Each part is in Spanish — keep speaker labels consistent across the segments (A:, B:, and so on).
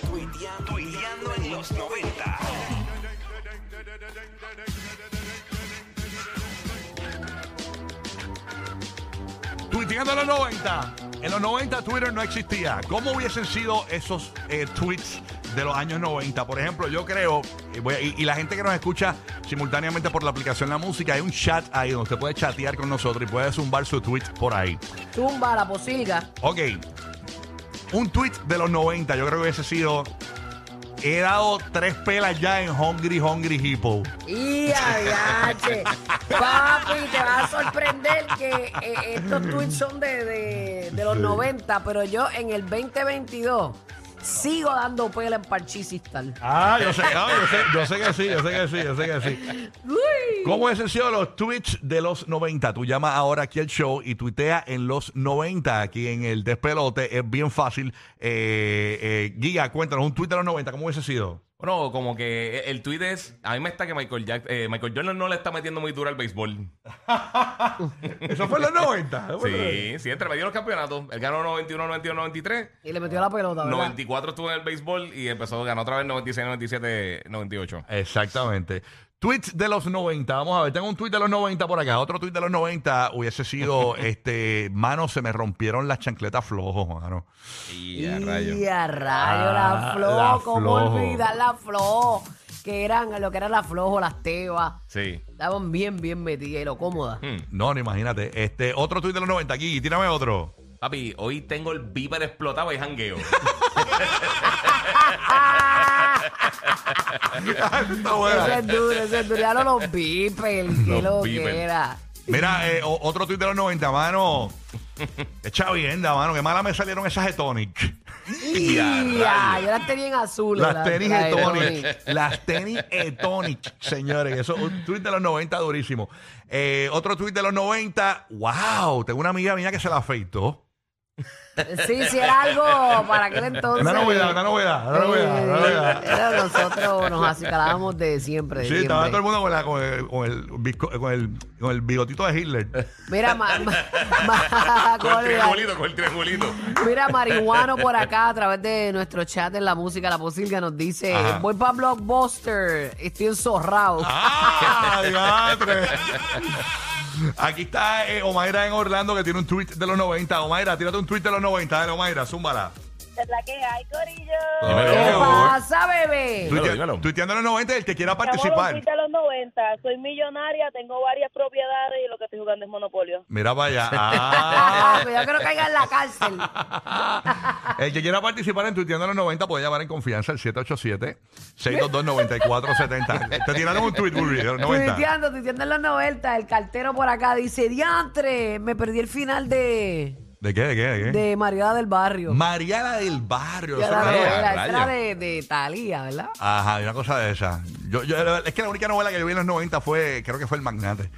A: Tuiteando, tuiteando en los 90.
B: Tuiteando en los 90. En los 90 Twitter no existía. ¿Cómo hubiesen sido esos eh, tweets de los años 90? Por ejemplo, yo creo, y, voy a- y- y la gente que nos escucha simultáneamente por la aplicación La Música, hay un chat ahí donde usted puede chatear con nosotros y puede zumbar su tweet por ahí.
C: Tumba, la posilga.
B: Ok. Un tweet de los 90, yo creo que hubiese sido. He dado tres pelas ya en Hungry Hungry Hippo.
C: Y adiache. Papi, te va a sorprender que eh, estos tweets son de, de- de los
B: Sí.
C: 90, pero yo en el 2022 sigo dando pela en Parchisistal.
B: Ah, yo sé, ah, yo sé, yo sé que sí, yo sé que sí, yo sé que sí.
C: Uy.
B: ¿Cómo es sido los tweets de los 90? Tú llamas ahora aquí al show y tuitea en los 90, aquí en el despelote. Es bien fácil. Eh, eh, Guía, cuéntanos, un tweet de los 90, ¿cómo hubiese sido?
D: Bueno, como que el tweet es, a mí me está que Michael, Jack- eh, Michael Jordan no le está metiendo muy duro al béisbol.
B: Eso fue en los 90. eso fue en los 90.
D: Sí, sí, entre medio de los campeonatos. Él ganó 91, 92, 93.
C: Y le metió la pelota, ¿verdad?
D: 94 estuvo en el béisbol y empezó a ganar otra vez 96, 97, 98.
B: Exactamente. Tweets de los 90. Vamos a ver, tengo un tweet de los 90 por acá. Otro tweet de los 90 hubiese sido, este, mano, se me rompieron las chancletas flojos, mano.
D: Y a rayo.
C: Y a rayo,
B: Ah,
C: la flojo,
B: la
C: cómo
B: flojo.
C: olvidar la flojo, que eran lo que eran la flojo, las tebas,
D: Sí.
C: estaban bien, bien metidas y lo cómodas.
D: Hmm.
B: Mm. No, no, imagínate. Este, otro tweet de los 90. Aquí, tírame otro.
D: Papi, hoy tengo el viper explotado y jangueo.
B: Está
C: Ese
B: buena.
C: es duro, ese es duro, ya no los beepers, qué
D: Los
C: lo
D: beepers.
C: que era.
B: Mira, eh, o- otro tweet de los 90, mano. Echa vienda, mano. Qué mala me salieron esas Getonic.
C: Y
D: a
C: ya, yo las tenía en azul.
B: Las tenis
C: las de
B: Etonic.
C: Tony.
B: Las tenis Etonic, señores. Eso un tweet de los 90 durísimo. Eh, otro tweet de los 90. ¡Wow! Tengo una amiga mía que se la afeitó.
C: Sí, sí, era algo para aquel entonces.
B: Una novedad, una novedad, una novedad, una
C: Eh,
B: novedad.
C: era nosotros nos acicalábamos de siempre. de
B: Sí, estaba todo
C: siempre.
B: el mundo con, la- con el, con, el, bizco- con, el, con el bigotito de Hitler.
C: Mira, ma- ma- ma-
D: con el triangulito, con el triangulito.
C: Mira, marihuano por acá a través de nuestro chat en la música, la posilga nos dice,
B: Ajá.
C: voy para Blockbuster, estoy enzorrado.
B: ¡Ah! diantre! Aquí está eh, Omaira en Orlando que tiene un tweet de los 90. Omaira, tírate un tweet de los 90. Dale, Omaira, zúmbala.
E: Es la que hay, Corillo.
D: Dímelo.
C: ¿Qué
B: Pero-
C: pasa, bebé?
D: Dímelo,
B: Tuitea-
D: dímelo.
B: Tuiteando los 90, el que quiera
E: Estamos
B: participar.
E: de los 90. Soy millonaria, tengo varias propiedades y lo que estoy jugando es Monopolio.
B: Mira para allá.
C: Ah,
B: Ah.
C: cuidado que no caiga en la cárcel.
B: El que quiera participar en Tuiteando los 90 puede llamar en confianza al 787-622-9470. Te tiraron un tweet, Burry, de los 90.
C: Tuiteando, tuiteando en los 90, el cartero por acá dice, diantre, me perdí el final de,
B: ¿De qué? ¿De qué? ¿De qué?
C: de Mariana del Barrio.
B: Mariana del Barrio.
C: Que
B: eso
C: era
B: es
C: de,
B: una
C: era-
B: novela.
C: esa era de, de Thalía, ¿verdad?
B: Ajá, una cosa de esa. Yo, yo- es que la única novela que yo vi en los 90 fue, creo que fue El Magnate.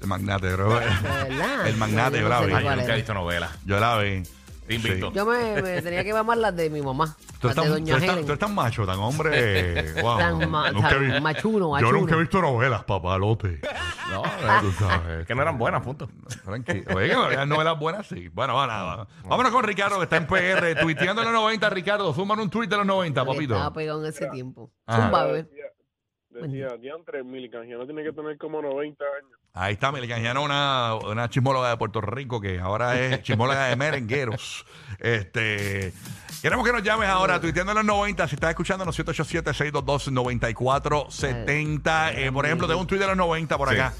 B: El Magnate, creo.
C: verdad?
B: El Magnate, yo
C: No, yo no
B: la
C: sé
B: vi.
D: Ay, yo
C: cuál
D: nunca
C: era.
D: he visto novela.
B: Yo la vi.
D: Te invito.
C: Yo me, me tenía que mamar las de mi mamá,
B: Tú
C: las
B: eres, tan,
C: de
B: tú
C: Doña
B: eres tan-
C: Helen.
B: tú eres tan macho, tan hombre. Wow.
C: Tan ma-
B: Nunca
C: tan machuno,
B: Yo nunca
C: machuno.
B: he visto novelas, papalote.
D: No,
B: Tú sabes.
D: que no eran buenas, punto.
B: Tranquilo. Oye, que las novelas buenas, sí. Bueno, va nada. Vámonos con Ricardo, que está en PR, tuiteando los 90. Ricardo, suman un tuit de los 90,
C: Porque Estaba
B: papito.
C: pegado en ese tiempo.
B: Ajá.
C: Zumba, bebé.
F: Decía, decía diantre, Millican, ya no tiene que tener como 90 años.
B: Ahí está, me le engañaron una, una chismóloga de Puerto Rico que ahora es chismóloga de merengueros. Este, queremos que nos llames ahora, tuiteando en los 90, si estás escuchando los 787-622-9470. Eh, por ejemplo, tengo un tuit de los 90 por
D: Sí.
B: acá.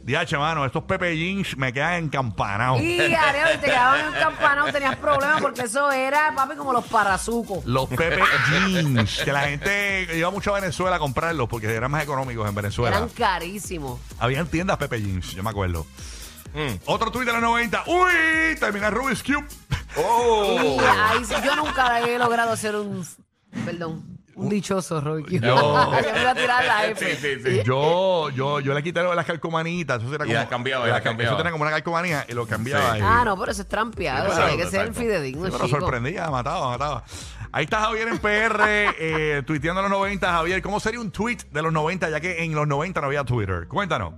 B: Diache, mano, estos Pepe Jeans me quedan encampanados.
C: Y Ariel, te quedaban en un campanón, tenías problemas porque eso era, papi, como los parazucos.
B: Los Pepe Jeans, que la gente iba mucho a Venezuela a comprarlos porque eran más económicos en Venezuela.
C: Eran carísimos.
B: Habían tiendas Pepe Jeans, yo me acuerdo.
D: Mm.
B: Otro tuit de los 90. ¡Uy! Termina Rubik's Cube.
D: Oh.
C: Y ahí sí, yo nunca he logrado ser un, perdón, un dichoso, Roy. Yo, me iba a tirar la F.
D: Sí, sí, sí.
B: Yo, yo, yo le quité lo de las calcomanitas. Eso era
D: Y
B: como,
D: las cambiaba, y
B: la-
D: las cambiaba.
B: Eso tenía como una calcomanía y lo cambiaba.
D: Sí.
B: y-
C: Ah, no, pero eso es trampeado.
D: Exacto,
C: Tiene que ser
D: exacto.
C: fidedigno,
B: pero lo
C: chico.
B: sorprendía, mataba, mataba. Ahí está Javier en PR, eh, tuiteando los 90. Javier, ¿cómo sería un tweet de los 90? Ya que en los 90 no había Twitter. Cuéntanos.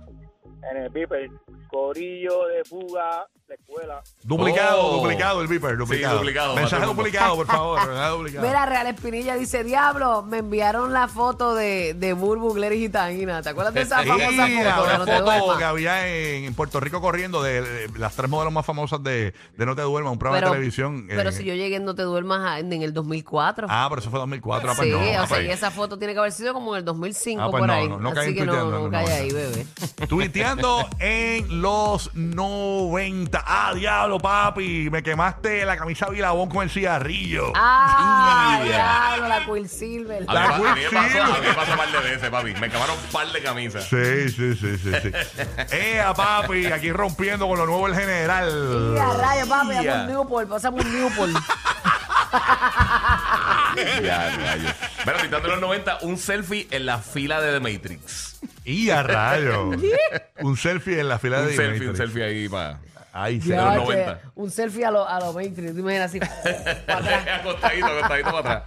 F: En el Piper, corillo de fuga, la escuela.
B: Duplicado,
D: Oh.
B: duplicado el Viper, duplicado.
D: duplicado,
B: Mensaje
D: Maturno.
B: duplicado, por favor. mensaje duplicado.
C: Mira, Real Espinilla dice, diablo, me enviaron la foto de, de Burbu, Gler y Gitaína. ¿Te acuerdas de esa
B: Sí,
C: famosa foto?
B: una
C: No te
B: foto
C: duermas.
B: que había en, en Puerto Rico corriendo de, de las tres modelos más famosas de, de No Te Duermas, un programa de televisión.
C: pero
B: eh,
C: si yo llegué en No Te Duermas a- en en el 2004.
B: Ah, pero eso fue 2004. ah, pues
C: sí,
B: no, ah,
C: o sea,
B: pues-
C: y esa foto tiene que haber sido como en el 2005
B: Ah, pues
C: por
B: no,
C: ahí.
B: no, no cae
C: Así
B: en
C: que no,
B: tuiteando,
C: no,
B: no,
C: cae
B: no.
C: ahí, bebé.
B: Tuiteando en los 90. Ah, diablo, papi. Me quemaste la camisa Vilabón con el cigarrillo.
C: Ah,
D: India.
C: diablo, la Quicksilver.
D: A mí,
B: La
D: pa- a mí me pasó,
B: Quicksilver.
D: a mí me pasó un par de veces, papi. Me acabaron un par de camisas.
B: Sí, sí, sí, sí. sí. Ea, papi. Aquí rompiendo con lo nuevo el general.
C: Mira, rayo, papi, hazme un Newport, pasamos un Newport.
D: Ya, rayos. Mira, pintando los 90, un selfie en la fila de The Matrix.
B: Y a rayo. un selfie en la fila
D: Un
B: Ah, de
D: selfie, un
B: Matrix.
D: selfie ahí para.
B: Ay,
D: de los
C: Ya,
D: 90.
C: che, Un selfie a los a lo Matrix, tú imaginas así. para atrás.
D: acostadito, acostadito para atrás.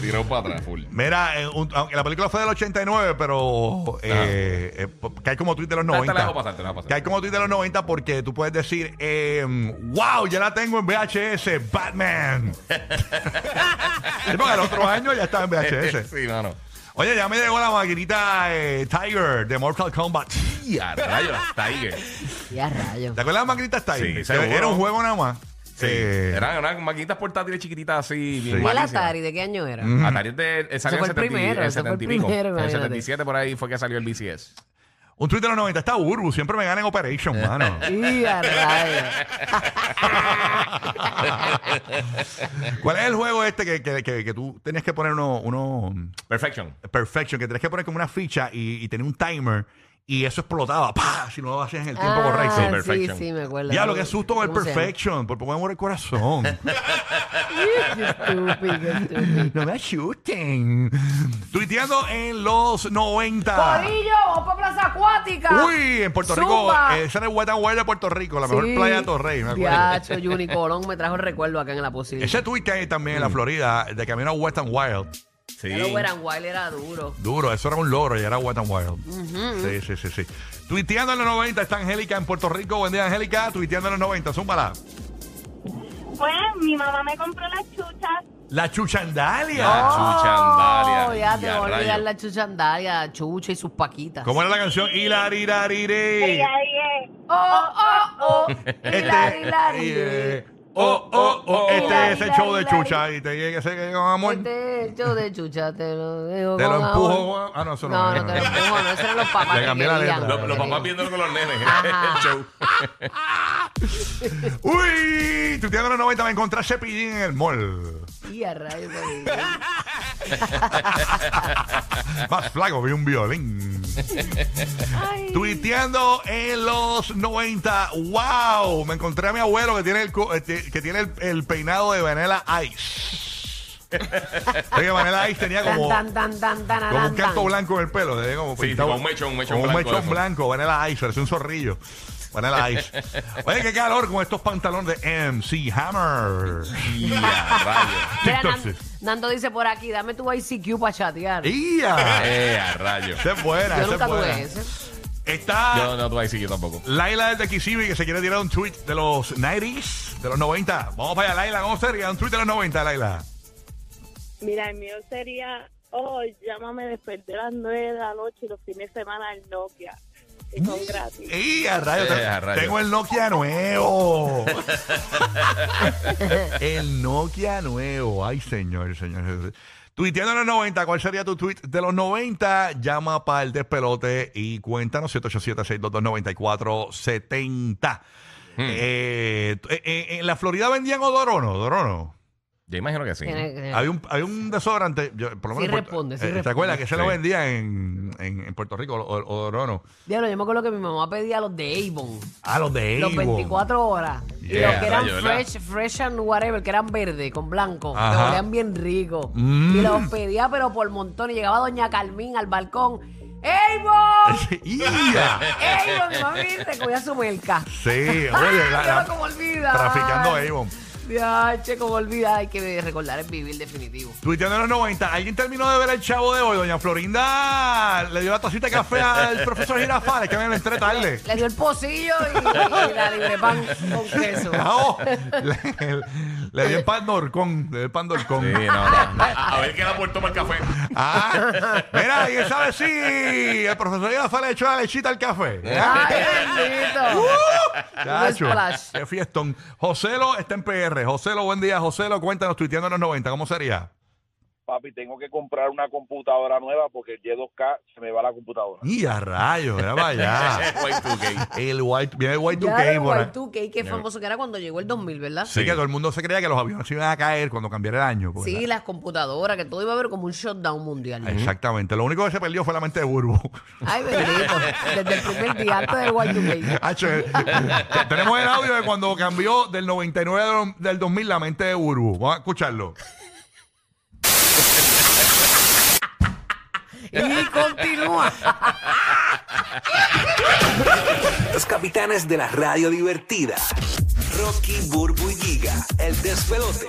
D: Tirado para atrás, full.
B: Mira, eh, un- aunque la película fue del 89, pero eh, eh, po- que hay como tweet de los
D: Te la
B: 90.
D: dejo pasar, te la dejo pasar.
B: Que hay como tweet de los 90 porque tú puedes decir, eh, wow, ya la tengo en VHS, Batman. Sí, porque el otro año ya estaba en VHS.
D: Sí, mano.
B: Oye, ya me llegó la maquinita eh, Tiger de Mortal Kombat.
D: Y a rayos, Tiger. Sí,
C: Ya, rayo.
B: ¿Te acuerdas de la maquinita Tiger?
D: Sí, seguro.
B: Era un juego nada más. Eh,
D: eran, eran maquinitas portátiles chiquititas así, bien
C: ¿Y el
D: malísimas.
C: Atari de qué año era?
B: Mm.
D: Atari es de, eh, salió
C: fue
D: en
C: el primero,
D: el
C: ese fue el
D: 70 y pico.
C: primero,
D: En el
C: imagínate.
D: 77 por ahí fue que salió el BCS.
B: Un tweet de los 90. Está Urbu, siempre me gana en Operation, mano.
C: Ya, rayo.
B: ¿Cuál es el juego este que, que, que, que tú tenías que poner uno, uno
D: Perfection.
B: Perfection, que tenías que poner como una ficha y, y tener un timer y eso explotaba, ¡pah! si no lo hacías en el tiempo
C: Ah,
B: correcto.
C: Sí,
D: Perfection.
C: sí, me acuerdo.
B: Diablo, qué susto con el
C: ¿Cómo se llama?
B: Perfection, por poco me muere el corazón.
C: Qué estúpido, qué estúpido.
B: no me asusten. Tuiteando en los 90.
C: Corillo, vamos para Plaza Acuática.
B: Ah. Uy, en Puerto Rico,
C: Zumba.
B: eh, esa era el Wet n Wild de Puerto Rico, la mejor
C: Sí.
B: playa de Torrey, me acuerdo.
C: Diacho, Juni Colón me trajo el recuerdo acá en la posibilidad.
B: Ese tweet que hay también en la Florida, de camino a Wet n Wild,
D: Sí.
C: Ya lo eran wild, era duro.
B: duro, eso era un logro y era Wet n Wild. Sí, sí, sí, sí. Tuiteando en los 90 está Angélica en Puerto Rico. Buen día, Angélica. Tuiteando en los 90, zúmbala.
G: Pues mi mamá me compró las chuchas.
B: La chuchandalia.
D: La chuchandalia.
C: Oh, ya te
D: Ya,
C: voy a olvidar
D: rayo.
C: la chuchandalia, chucha y sus paquitas.
B: ¿Cómo era la canción? Hilarirarire.
G: Ella dije,
C: Oh, oh, oh. Hilari, hilari.
B: Este, eh, Oh, oh, oh. Este
C: Hilari,
B: es el
C: hilari,
B: show de
C: hilari.
B: chucha. Y te llega ese que llega con amor. Te
C: Este hecho de chucha, te lo dejo.
B: lo
C: con
B: empujo.
C: amor.
B: Juan. Ah, no, eso no.
C: No, no te lo empujo, no, esos eran los papás.
B: Le
C: que
B: cambié la
C: querían.
B: letra.
D: Los, los papás viéndolo con los nenes.
C: Ajá.
D: el show.
B: Uy, tuiteando en los 90 me encontré cepillín en el mall.
C: Y a rayos, Corillo.
B: Más flaco vi un violín. Tuiteando en los 90. ¡Wow! Me encontré a mi abuelo que tiene el, co- este, que tiene el, el peinado de Vanilla Ice. Oye, Vanilla Ice tenía como,
C: Tan, tan, tan, tan, tan,
B: como un
C: tan,
B: canto
C: tan.
B: blanco en el pelo. tenía como
D: Sí, tipo un mechón, un mechón
B: como
D: blanco de eso.
B: blanco, Vanilla Ice, parece un zorrillo. Vanilla Ice. Oye, qué calor con estos pantalones de MC Hammer.
D: Y a rayos.
C: Mira,
B: TikTok,
C: Nan-
B: sí.
C: Nando dice por aquí, dame tu ICQ para chatear.
B: ¡Ya!
D: Eh, a rayos.
B: Esa es buena,
C: Yo
B: esa
C: nunca
B: es buena.
C: tuve ese.
B: Está...
D: Yo no, tú ahí sí, yo tampoco.
B: Laila desde Kisibi que se quiere tirar un tweet de los 90s, de los 90. Vamos para allá, Laila, vamos a hacer un tweet de los 90, Laila.
G: mira, el mío sería, oh, llámame después de las nueve de la noche y los fines de semana al Nokia, que son gratis.
B: ¡Y a rayos!
D: Eh, a rayos.
B: Tengo el Nokia nuevo. el Nokia nuevo. Ay, señor, señor. Tuiteando en los 90, ¿cuál sería tu tweet de los 90? Llama para el despelote y cuéntanos 787-622-9470. Eh, t- eh, eh, ¿En la Florida vendían odorono? ¿Odorono?
D: Yo imagino que sí.
C: Tiene- tiene-
B: Había un, había un desodorante. Yo, por lo
C: Eh, Sí
B: menos en Puerto-
C: responde, sí
B: eh, ¿Te
C: responde.
B: acuerdas que se lo
D: Sí.
B: vendía en, en, en Puerto Rico, o- o- Odorono?
C: Diablo, yo me acuerdo que mi mamá pedía los de Avon,
B: Ah, los de
C: los
B: Avon.
C: 24 horas. y
D: Yeah,
C: los que eran
D: rayo, ¿verdad?
C: fresh, fresh and whatever, que eran verde, con blanco,
B: Ajá. Mm.
C: que olían bien rico. Y los pedía, pero por montón. Y llegaba doña Carmín al balcón. ¡Avon!
B: ¡Ya!
C: ¡Avon! Mi mamá y se comía su melca.
B: Sí, oye, la-
C: Yo
B: la-
C: no como olvida.
B: traficando Avon.
C: Ya, che, como olvidar, hay que recordar el vivir definitivo.
B: Tuiteando en los 90, ¿alguien terminó de ver el chavo de hoy? Doña Florinda le dio la tacita de café al profesor Girafales, que me lo entré tarde.
C: Le dio el pocillo y, y la libre pan con queso.
B: Oh, le, le dio el pan dorcón, le dio el pan dorcón.
D: Sí, no, no, no. A ver qué le aportó para el café.
B: Ah, mira, y él sabe si el profesor Girafales le echó la lechita al café.
C: Eh. Ay, bendito.
B: Uh. Chacho,
C: splash.
B: qué fiestón. Joselo está en PR. Joselo, buen día. Joselo, cuéntanos, tuiteando en los 90, ¿cómo sería?
H: papi, tengo que comprar una computadora nueva porque el Y2K se me va la computadora.
B: Y a rayos, era para allá.
D: Y2K.
B: El white, mira el white 2K,
C: Claro,
B: por ahí.
C: Y2K, que famoso que era cuando llegó el 2000, ¿verdad?
B: Sí, que todo el mundo se creía que los aviones se iban a caer cuando cambiara el año. pues,
C: Sí, las computadoras, que todo iba a haber como un shutdown mundial.
B: Exactamente. Lo único que se perdió fue la mente de Burbu.
C: Ay, bendito. Desde el primer día antes del Y2K.
B: Hacho, eh, te- tenemos el audio de cuando cambió del 99 al- del 2000 la mente de Burbu. Vamos a escucharlo.
C: Y continúa.
A: Los capitanes de la radio divertida. Rocky, Burbu y Giga. El despelote.